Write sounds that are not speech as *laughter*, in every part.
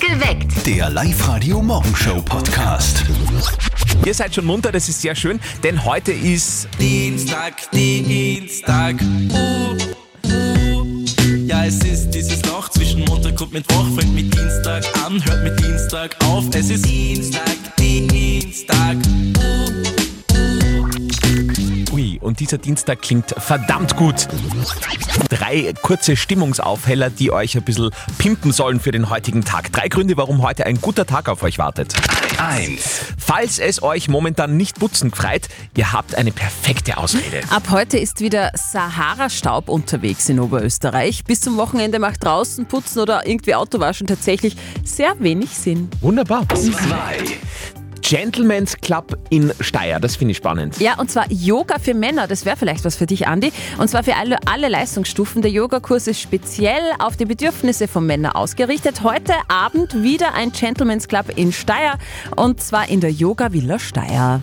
Geweckt. Der Live-Radio-Morgenshow-Podcast. Ihr seid schon munter, das ist sehr schön, denn heute ist Dienstag, Dienstag. Uh, uh. Ja, es ist dieses Loch zwischen Montag und Mittwoch. Fängt mit Dienstag an, hört mit Dienstag auf. Es ist Dienstag, Dienstag. Ui und dieser Dienstag klingt verdammt gut. Drei kurze Stimmungsaufheller, die euch ein bisschen pimpen sollen für den heutigen Tag. Drei Gründe, warum heute ein guter Tag auf euch wartet. Eins. Falls es euch momentan nicht putzen freit, ihr habt eine perfekte Ausrede. Ab heute ist wieder Sahara-Staub unterwegs in Oberösterreich. Bis zum Wochenende macht draußen putzen oder irgendwie Autowaschen tatsächlich sehr wenig Sinn. Wunderbar. Zwei. Gentleman's Club in Steyr, das finde ich spannend. Ja, und zwar Yoga für Männer. Das wäre vielleicht was für dich, Andi. Und zwar für alle, alle Leistungsstufen. Der Yogakurs ist speziell auf die Bedürfnisse von Männern ausgerichtet. Heute Abend wieder ein Gentleman's Club in Steyr. Und zwar in der Yoga Villa Steyr.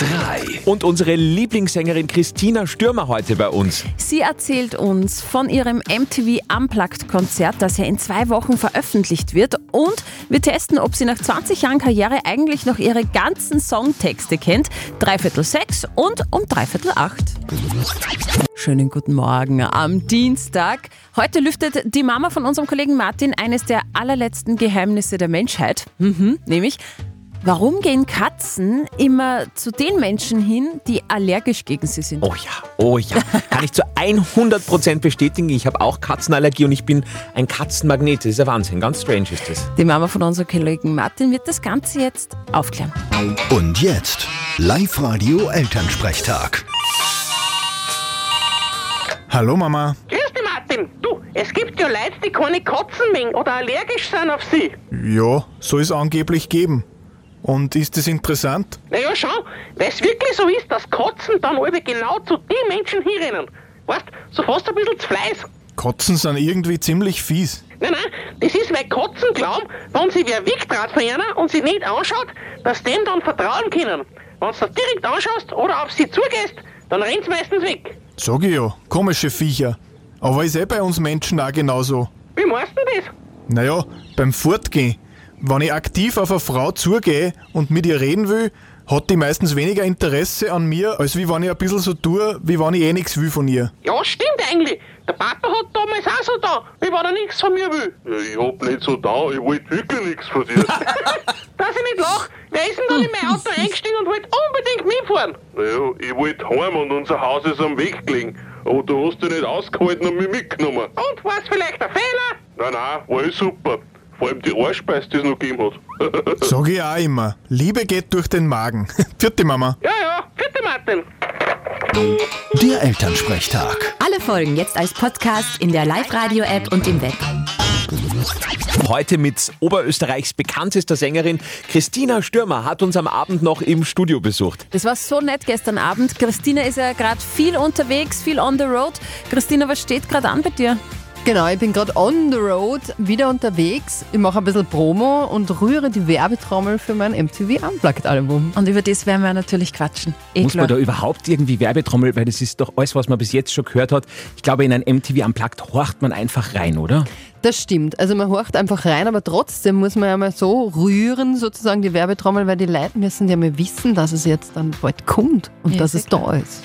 Drei. Und unsere Lieblingssängerin Christina Stürmer heute bei uns. Sie erzählt uns von ihrem MTV Unplugged-Konzert, das ja in zwei Wochen veröffentlicht wird. Und wir testen, ob sie nach 20 Jahren Karriere eigentlich noch ihre ganzen Songtexte kennt. Dreiviertel sechs und um dreiviertel acht. Schönen guten Morgen am Dienstag. Heute lüftet die Mama von unserem Kollegen Martin eines der allerletzten Geheimnisse der Menschheit. Mhm, nämlich, warum gehen Katzen immer zu den Menschen hin, die allergisch gegen sie sind? Oh ja, oh ja. Kann ich zu 100% bestätigen. Ich habe auch Katzenallergie und ich bin ein Katzenmagnet. Das ist ja Wahnsinn. Ganz strange ist das. Die Mama von unserem Kollegen Martin wird das Ganze jetzt aufklären. Und jetzt Live-Radio Elternsprechtag. Hallo Mama. Grüß dich, Martin. Du, es gibt ja Leute, die keine Katzen mögen oder allergisch sind auf sie. Ja, soll es angeblich geben. Und ist es interessant? Naja, schau, weil es wirklich so ist, dass Katzen dann alle genau zu den Menschen hinrennen. Weißt, so fast ein bisschen zu Fleiß. Katzen sind irgendwie ziemlich fies. Nein, nein, das ist, weil Katzen glauben, wenn sie wer wegtrat von einer und sie nicht anschaut, dass denen dann vertrauen können. Wenn du direkt anschaust oder auf sie zugehst, dann rennt meistens weg. Sag ich ja, komische Viecher. Aber ist eh bei uns Menschen auch genauso. Wie meinst du das? Naja, beim Fortgehen. Wenn ich aktiv auf eine Frau zugehe und mit ihr reden will, hat die meistens weniger Interesse an mir, als wie wenn ich ein bisschen so tue, wie wenn ich eh nichts will von ihr. Ja, stimmt eigentlich. Der Papa hat damals auch so da, wie wenn er nichts von mir will. Äh, Ich hab nicht so da, ich wollte wirklich nichts von dir. Dass ich nicht lach, wer ist denn dann in mein *laughs* Auto eingestiegen und wollte unbedingt mitfahren? naja, ich wollte heim und unser Haus ist am Weg gelegen. Aber du hast dich nicht ausgehalten und mich mitgenommen. Und war es vielleicht ein Fehler? Nein, nein, war eh super. Vor allem die Arschbeiß, die es noch gegeben hat. *laughs* Sag ich auch immer, Liebe geht durch den Magen. *laughs* Vierte Mama. Ja, ja, bitte Martin. Der Elternsprechtag. Alle Folgen jetzt als Podcast in der Live-Radio-App und im Web. Heute mit Oberösterreichs bekanntester Sängerin Christina Stürmer hat uns am Abend noch im Studio besucht. Das war so nett gestern Abend. Christina ist ja gerade viel unterwegs, viel on the road. Christina, was steht gerade an bei dir? Genau, ich bin gerade on the road, wieder unterwegs. Ich mache ein bisschen Promo und rühre die Werbetrommel für mein MTV Unplugged-Album. Und über das werden wir natürlich quatschen. Eh Muss man klar. da überhaupt irgendwie Werbetrommel, weil das ist doch alles, was man bis jetzt schon gehört hat. Ich glaube, in ein MTV Unplugged horcht man einfach rein, oder? Das stimmt. Also man horcht einfach rein, aber trotzdem muss man ja mal so rühren, sozusagen die Werbetrommel, weil die Leute müssen ja mal wissen, dass es jetzt dann bald kommt und Ja, dass sehr es da ist.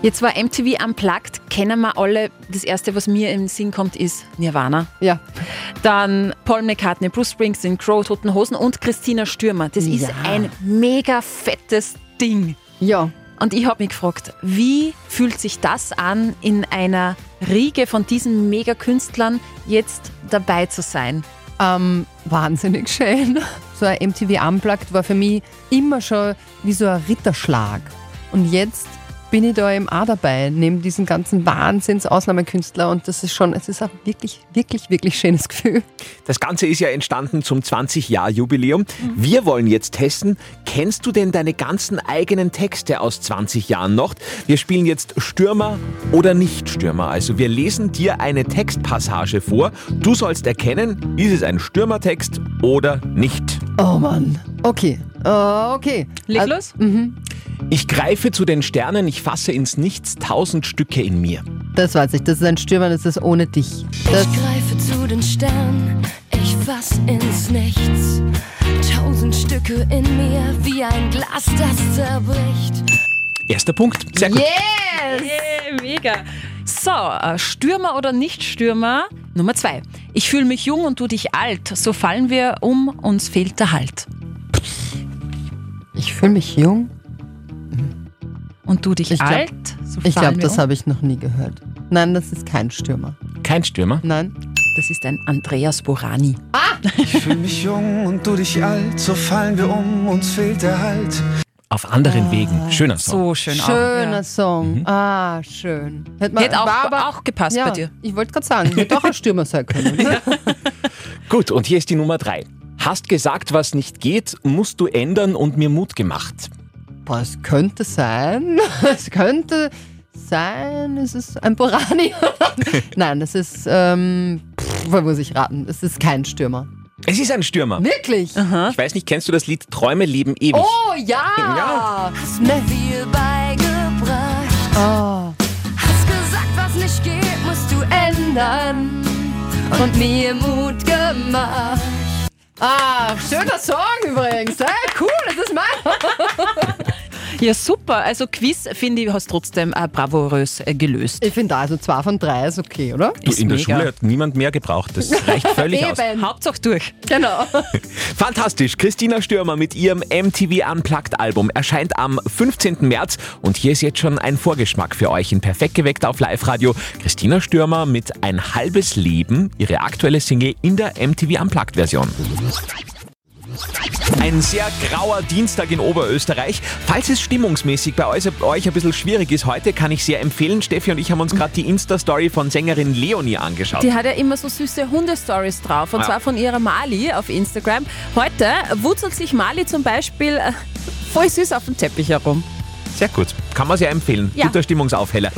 Jetzt war MTV Unplugged, kennen wir alle. Das erste, was mir im Sinn kommt, ist Nirvana. Ja, Dann Paul McCartney, Bruce Springsteen, Crow, Toten Hosen und Christina Stürmer. Das ist Ja. ein mega fettes Ding. ja. Und ich habe mich gefragt, wie fühlt sich das an, in einer Riege von diesen Mega-Künstlern jetzt dabei zu sein? Ähm, wahnsinnig schön. So ein MTV Unplugged war für mich immer schon wie so ein Ritterschlag. Und jetzt bin ich da eben auch dabei, neben diesen ganzen Wahnsinns-Ausnahmekünstler. Und das ist schon, es ist auch wirklich, wirklich, wirklich schönes Gefühl. Das Ganze ist ja entstanden zum 20-Jahr-Jubiläum. Wir wollen jetzt testen, kennst du denn deine ganzen eigenen Texte aus 20 Jahren noch? Wir spielen jetzt Stürmer oder Nicht-Stürmer. Also wir lesen dir eine Textpassage vor. Du sollst erkennen, ist es ein Stürmertext oder nicht. Oh Mann. Okay. Oh, okay. Leg Also, los. Ich greife zu den Sternen, ich fasse ins Nichts tausend Stücke in mir. Das weiß ich. Das ist ein Stürmer, das ist ohne dich. Das, Ich greife zu den Sternen, ich was ins Nichts. Tausend Stücke in mir, wie ein Glas, das zerbricht. Erster Punkt. Sehr gut. Yes! *laughs* mega. So, äh, Stürmer oder Nicht-Stürmer? Nummer zwei. Ich fühle mich jung und du dich alt. So fallen wir um, uns fehlt der Halt. Ich fühle mich jung. Und du dich Ich glaub- alt? So Ich fallen glaube, wir das um. habe ich noch nie gehört. Nein, das ist kein Stürmer. Kein Stürmer. Nein. um. Das ist ein Andreas Borani. Ich fühl mich jung und du dich alt, so fallen wir um, uns fehlt der Halt. Auf anderen Wegen. Schöner Song. So Oh, schön. Schöner Auch, Song. Ah, schön. Hätte man- Hätte auch- war aber- auch gepasst ja, bei dir. Ich wollte gerade sagen, hätte auch ein Stürmer sein *laughs* können. oder? Gut, und hier ist die Nummer drei. Hast gesagt, was nicht geht, musst du ändern und mir Mut gemacht. Boah, es könnte sein. *laughs* Es könnte sein, es ist ein Borani. *laughs* Nein, es ist, ähm, pff, wo muss ich raten? Es ist kein Stürmer. Es ist ein Stürmer. Wirklich? Ich weiß nicht, kennst du das Lied Träume leben ewig? Ne? Oh ja! Hast mir viel beigebracht. Oh. Hast gesagt, was nicht geht, musst du ändern. Und mir Mut gemacht. Ah, schöner Song übrigens. Hey, cool, das ist mein. ja. ja, super. Also Quiz, finde ich, hast trotzdem äh, bravourös äh, gelöst. Ich finde also zwei von drei ist okay, oder? Du, in der mega. Schule hat niemand mehr gebraucht. Das reicht *laughs* völlig aus. Hauptsache durch. Genau. Fantastisch. Christina Stürmer mit ihrem MTV Unplugged Album erscheint am 15. März. Und hier ist jetzt schon ein Vorgeschmack für euch in Perfekt geweckt auf Live-Radio. Christina Stürmer mit Ein halbes Leben, ihre aktuelle Single in der MTV Unplugged Version. Ein sehr grauer Dienstag in Oberösterreich. Falls es stimmungsmäßig bei euch, euch ein bisschen schwierig ist heute, kann ich sehr empfehlen. Steffi und ich haben uns gerade die Insta-Story von Sängerin Leonie angeschaut. Die hat ja immer so süße Hundestories drauf und Ja. zwar von ihrer Mali auf Instagram. Heute wurzelt sich Mali zum Beispiel äh, voll süß auf dem Teppich herum. Sehr gut. Kann man sehr empfehlen. Ja. Guter Stimmungsaufheller.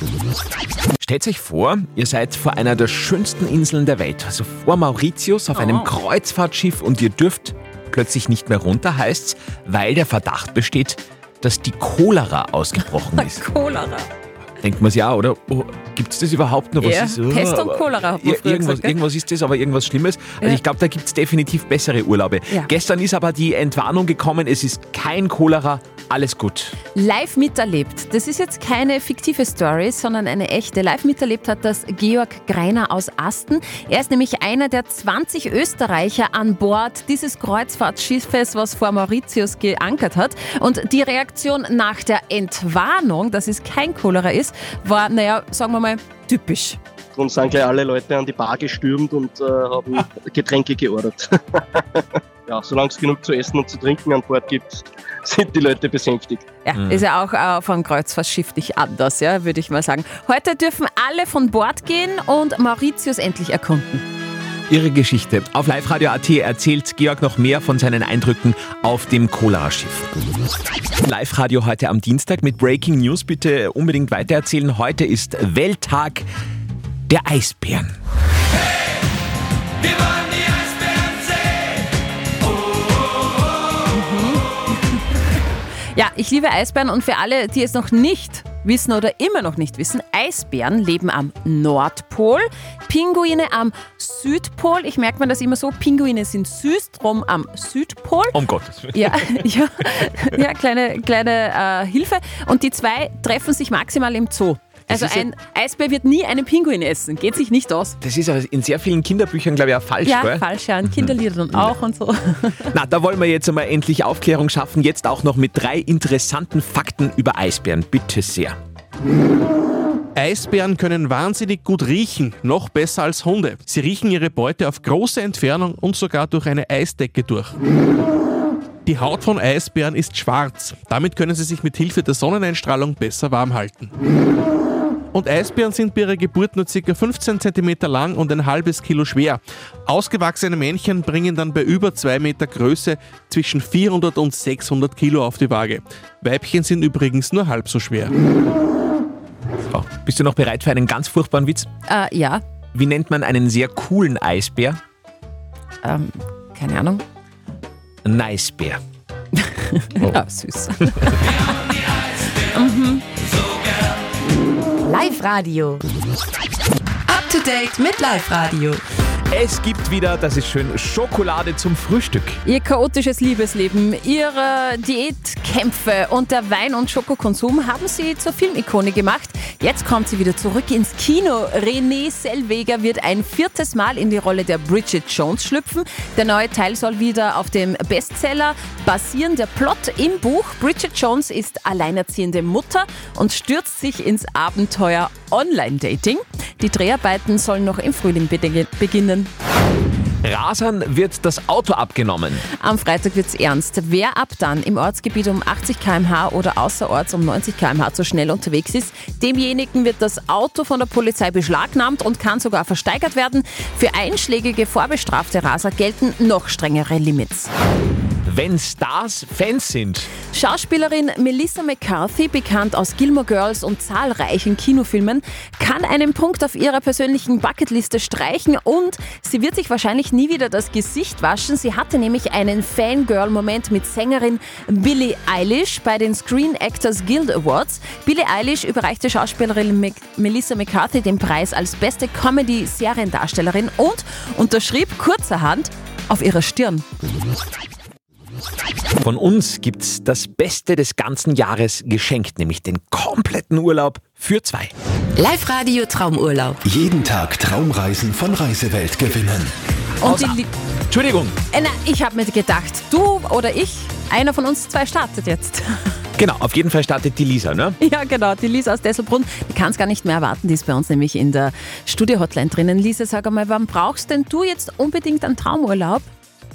Stellt euch vor, ihr seid vor einer der schönsten Inseln der Welt, also vor Mauritius auf Oh. einem Kreuzfahrtschiff und ihr dürft plötzlich nicht mehr runter, heißt's, weil der Verdacht besteht, dass die Cholera *laughs* ausgebrochen Oh ist. Cholera. Denkt man sich ja, oder? Oh, Gibt es das überhaupt noch? Was Ja, ist, oh, Pest und aber- Cholera hat man Ir- früher irgendwas, gesagt, gell? irgendwas ist das, aber irgendwas Schlimmes. Also Ja. ich glaube, da gibt es definitiv bessere Urlaube. Ja. Gestern ist aber die Entwarnung gekommen, es ist kein Cholera, alles gut. Live miterlebt. Das ist jetzt keine fiktive Story, sondern eine echte. Live miterlebt hat das Georg Greiner aus Asten. Er ist nämlich einer der 20 Österreicher an Bord dieses Kreuzfahrtschiffes, was vor Mauritius geankert hat. Und die Reaktion nach der Entwarnung, dass es kein Cholera ist, war, naja, sagen wir mal, typisch. Darum sind gleich alle Leute an die Bar gestürmt und äh, haben *laughs* Getränke geordert. *laughs* ja, solange es genug zu essen und zu trinken an Bord gibt, sind die Leute besänftigt. Ja, ist ja auch äh, vom Kreuzfahrtschiff nicht anders, ja, würde ich mal sagen. Heute dürfen alle von Bord gehen und Mauritius endlich erkunden. Ihre Geschichte. Auf liveradio.at erzählt Georg noch mehr von seinen Eindrücken auf dem Cholera-Schiff. Live-Radio heute am Dienstag mit Breaking News. Bitte unbedingt weitererzählen. Heute ist Welttag der Eisbären. Ja, ich liebe Eisbären und für alle, die es noch nicht wissen oder immer noch nicht wissen, Eisbären leben am Nordpol, Pinguine am Südpol. Ich merke mir das immer so, Pinguine sind süß, drum am Südpol. Um Gottes Willen. Ja, *laughs* ja, ja kleine, kleine äh, Hilfe. Und die zwei treffen sich maximal im Zoo. Also ist ja- ein Eisbär wird nie einen Pinguin essen, geht sich nicht aus. Das ist aber in sehr vielen Kinderbüchern, glaube ich, auch falsch, Ja, gell? falsch, ja, in Kinderliedern auch und so. *laughs* Na, da wollen wir jetzt einmal endlich Aufklärung schaffen. Jetzt auch noch mit drei interessanten Fakten über Eisbären. Bitte sehr. Eisbären können wahnsinnig gut riechen, noch besser als Hunde. Sie riechen ihre Beute auf große Entfernung und sogar durch eine Eisdecke durch. Die Haut von Eisbären ist schwarz. Damit können sie sich mit Hilfe der Sonneneinstrahlung besser warm halten. Und Eisbären sind bei ihrer Geburt nur ca. 15 cm lang und ein halbes Kilo schwer. Ausgewachsene Männchen bringen dann bei über 2 Meter Größe zwischen 400 und 600 Kilo auf die Waage. Weibchen sind übrigens nur halb so schwer. So, bist du noch bereit für einen ganz furchtbaren Witz? äh, ja, Wie nennt man einen sehr coolen Eisbär? ähm, keine Ahnung. Nicebär. Ja, süß. Mhm. Live-Radio. Up to date mit Live-Radio. Es gibt wieder, das ist schön, Schokolade zum Frühstück. Ihr chaotisches Liebesleben, Ihre Diätkämpfe und der Wein- und Schokokonsum haben Sie zur Filmikone gemacht. Jetzt kommt sie wieder zurück ins Kino. Renée Zellweger wird ein viertes Mal in die Rolle der Bridget Jones schlüpfen. Der neue Teil soll wieder auf dem Bestseller basieren. Der Plot im Buch. Bridget Jones ist alleinerziehende Mutter und stürzt sich ins Abenteuer Online-Dating. Die Dreharbeiten sollen noch im Frühling bede- beginnen. Rasern wird das Auto abgenommen. Am Freitag wird's ernst. Wer ab dann im Ortsgebiet um 80 km/h oder außerorts um 90 km/h zu schnell unterwegs ist, demjenigen wird das Auto von der Polizei beschlagnahmt und kann sogar versteigert werden. Für einschlägige vorbestrafte Raser gelten noch strengere Limits. Wenn Stars Fans sind. Schauspielerin Melissa McCarthy, bekannt aus Gilmore Girls und zahlreichen Kinofilmen, kann einen Punkt auf ihrer persönlichen Bucketliste streichen und sie wird sich wahrscheinlich nie wieder das Gesicht waschen. Sie hatte nämlich einen Fangirl-Moment mit Sängerin Billie Eilish bei den Screen Actors Guild Awards. Billie Eilish überreichte Schauspielerin Mc Melissa McCarthy den Preis als beste Comedy-Seriendarstellerin und unterschrieb kurzerhand auf ihrer Stirn. Von uns gibt's das Beste des ganzen Jahres geschenkt, nämlich den kompletten Urlaub für zwei. Live-Radio Traumurlaub. Jeden Tag Traumreisen von Reisewelt gewinnen. Und die, Entschuldigung. Äh, Na, ich habe mir gedacht, du oder ich, einer von uns zwei startet jetzt. *laughs* Genau, auf jeden Fall startet die Lisa, ne? ja, genau, die Lisa aus Desselbrunn, die kann es gar nicht mehr erwarten, die ist bei uns nämlich in der Studio-Hotline drinnen. Lisa, sag einmal, wann brauchst denn du jetzt unbedingt einen Traumurlaub?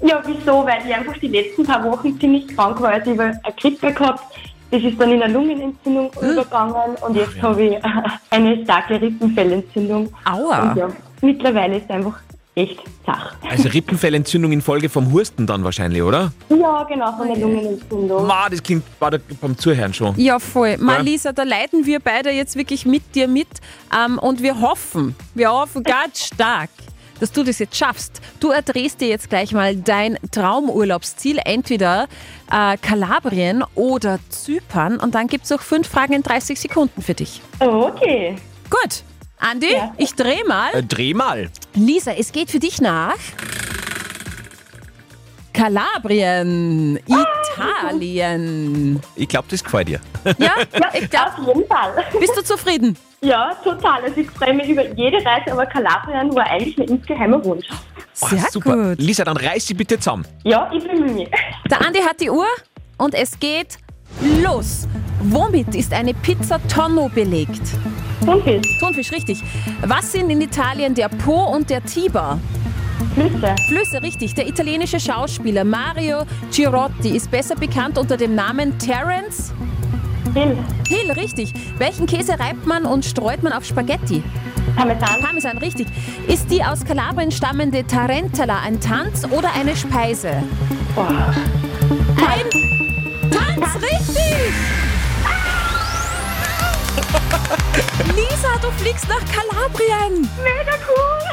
Ja, wieso? Weil ich einfach die letzten paar Wochen ziemlich krank war. Also ich habe eine Grippe gehabt, das ist dann in eine Lungenentzündung übergegangen und jetzt habe ich *laughs* eine starke Rippenfellentzündung. Aua. Und ja, mittlerweile ist einfach echt Sach. Also Rippenfellentzündung infolge vom Hursten dann wahrscheinlich, oder? Ja, genau, von der Lungenentzündung. Ma, das klingt war da beim Zuhören schon. Ja, voll. Ma, Ja. Lisa, da leiden wir beide jetzt wirklich mit dir mit ähm, und wir hoffen, wir hoffen ganz stark, dass du das jetzt schaffst. Du erdrehst dir jetzt gleich mal dein Traumurlaubsziel, entweder äh, Kalabrien oder Zypern und dann gibt es noch fünf Fragen in 30 Sekunden für dich. Ah, Okay. Gut. Andi, ich dreh mal. Äh, dreh mal. Lisa, es geht für dich nach Kalabrien, Italien. Ich glaube, das gefällt dir. Ja, ich glaube. Auf jeden Fall. Bist du zufrieden? Ja, total. Also ich freue mich über jede Reise, aber Kalabrien Also war eigentlich mein insgeheimer Wunsch. *laughs* Sehr Oh, super. Gut. Lisa, dann reiß sie bitte zusammen. Ja, ich bemühe mich. *laughs* Der Andi hat die Uhr und es geht los. Womit ist eine Pizza Tonno belegt? Thunfisch. Thunfisch, richtig. Was sind in Italien der Po und der Tiber? Flüsse. Flüsse, richtig. Der italienische Schauspieler Mario Girotti ist besser bekannt unter dem Namen Terence Hill. Hill, richtig. Welchen Käse reibt man und streut man auf Spaghetti? Parmesan. Parmesan, richtig. Ist die aus Kalabrien stammende Tarentella ein Tanz oder eine Speise? Ein Tanz, richtig! Lisa, du fliegst nach Kalabrien! Mega cool!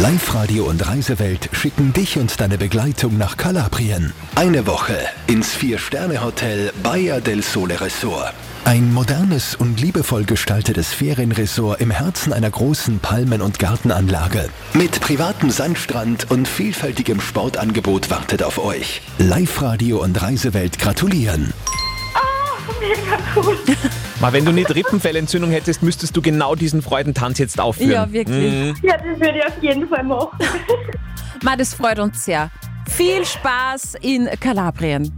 Live-Radio und Reisewelt schicken dich und deine Begleitung nach Kalabrien. Eine Woche ins Vier-Sterne-Hotel Baia del Sole Resort. Ein modernes und liebevoll gestaltetes Ferienresort im Herzen einer großen Palmen- und Gartenanlage. Mit privatem Sandstrand und vielfältigem Sportangebot wartet auf euch. Live-Radio und Reisewelt gratulieren. Mega cool. Mal, wenn du nicht Rippenfellentzündung hättest, müsstest du genau diesen Freudentanz jetzt aufführen. Ja, wirklich. Ja, das würde ich auf jeden Fall machen. Ma, das freut uns sehr. Viel Spaß in Kalabrien.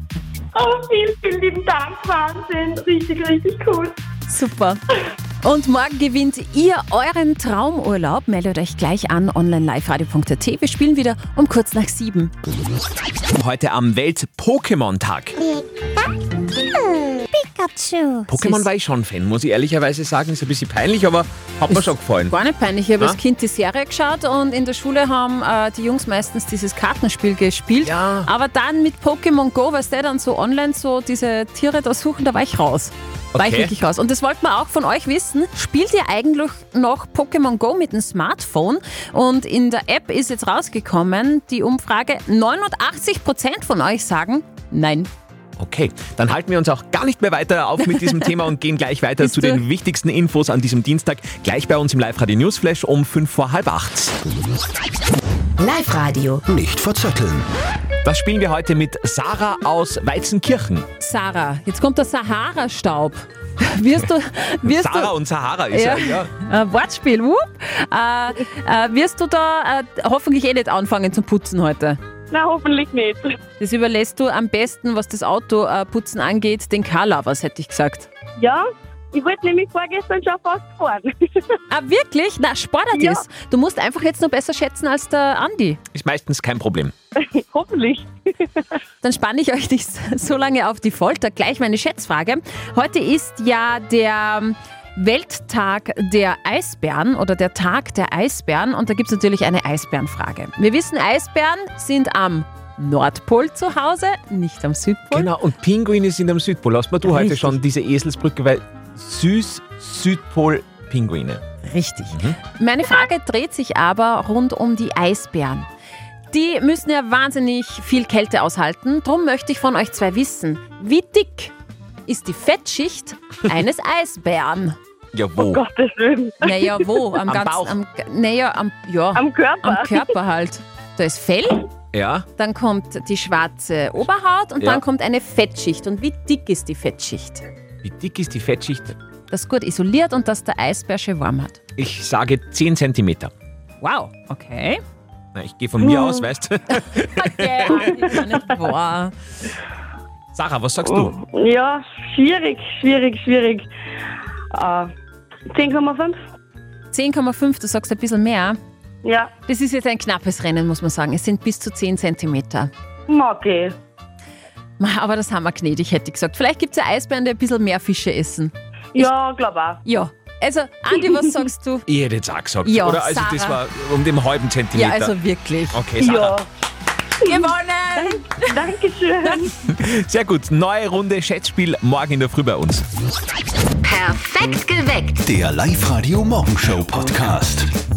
Oh, vielen, vielen lieben Dank. Wahnsinn. Richtig, richtig cool. Super. Und morgen gewinnt ihr euren Traumurlaub. Meldet euch gleich an online-liveradio.at. Wir spielen wieder um kurz nach sieben. Heute am Welt-Pokémon-Tag. Pikachu. Pokémon war ich schon Fan, muss ich ehrlicherweise sagen. Ist ein bisschen peinlich, aber hat mir schon gefallen. Gar nicht peinlich. Ich habe Na? als Kind die Serie geschaut und in der Schule haben äh, die Jungs meistens dieses Kartenspiel gespielt. Aber dann mit Pokémon Go, was der dann so online so diese Tiere da suchen, da war ich raus. War ich Okay. wirklich raus. Und das wollten wir auch von euch wissen. Spielt ihr eigentlich noch Pokémon Go mit dem Smartphone? Und in der App ist jetzt rausgekommen, die Umfrage, 89% von euch sagen nein. Okay, dann halten wir uns auch gar nicht mehr weiter auf mit diesem Thema und gehen gleich weiter zu den wichtigsten Infos an diesem Dienstag. Gleich bei uns im Live-Radio Newsflash um 5 vor halb 8. Live-Radio. Nicht verzetteln. Das spielen wir heute mit Sarah aus Weizenkirchen. Sarah, jetzt kommt der Sahara-Staub. Wirst du, wirst Sarah du, und Sahara ist ja, ja. Äh, Wortspiel, wupp. Äh, äh, wirst du da äh, hoffentlich eh nicht anfangen zum Putzen heute? Na, hoffentlich nicht. Das überlässt du am besten, was das Autoputzen äh, Putzen angeht, den Carlovers, hätte ich gesagt. Ja, ich wollte nämlich vorgestern schon fast *laughs* fahren. Ah, wirklich? Na, sportert Ja. ist. Du musst einfach jetzt nur besser schätzen als der Andi. Ist meistens kein Problem. Hoffentlich. Dann spanne ich euch nicht *laughs* so lange auf die Folter. Gleich meine Schätzfrage. Heute ist ja der ähm, Welttag der Eisbären oder der Tag der Eisbären und da gibt es natürlich eine Eisbärenfrage. Wir wissen, Eisbären sind am Nordpol zu Hause, nicht am Südpol. Genau, und Pinguine sind am Südpol. Lass mal du heute schon diese Eselsbrücke, weil süß Südpol-Pinguine. Richtig. Meine Frage dreht sich aber rund um die Eisbären. Die müssen ja wahnsinnig viel Kälte aushalten. Drum möchte ich von euch zwei wissen, wie dick ist die Fettschicht eines Eisbären? Ja, wo? Gottes Willen. Naja, wo? Am ganzen- Bauch. Am, naja, am, ja, am Körper. Am Körper halt. Da ist Fell, Ja? dann kommt die schwarze Oberhaut und Ja. dann kommt eine Fettschicht. Und wie dick ist die Fettschicht? Wie dick ist die Fettschicht? Das gut isoliert und dass der Eisbär schön warm hat. Ich sage 10 cm. Wow, okay. Na, ich gehe von Hm. mir aus, weißt du? *laughs* Boah. Sarah, was sagst Oh. du? Ja, schwierig, schwierig, schwierig. Äh, 10,5? 10,5, du sagst ein bisschen mehr. Ja. Das ist jetzt ein knappes Rennen, muss man sagen. Es sind bis zu 10 Zentimeter. Okay. Aber das haben wir gnädig, hätte ich gesagt. Vielleicht gibt es ja Eisbären, die ein bisschen mehr Fische essen. Ja, glaube auch. Ja. Also, Andi, was sagst du? Ich hätte jetzt auch gesagt. Ja, Oder also das Sarah. war um den halben Zentimeter. Ja, also wirklich. Okay, Sarah. Gewonnen! Dankeschön. Sehr gut. Neue Runde Schätzspiel morgen in der Früh bei uns. Perfekt geweckt. Der Live-Radio Morgenshow Podcast.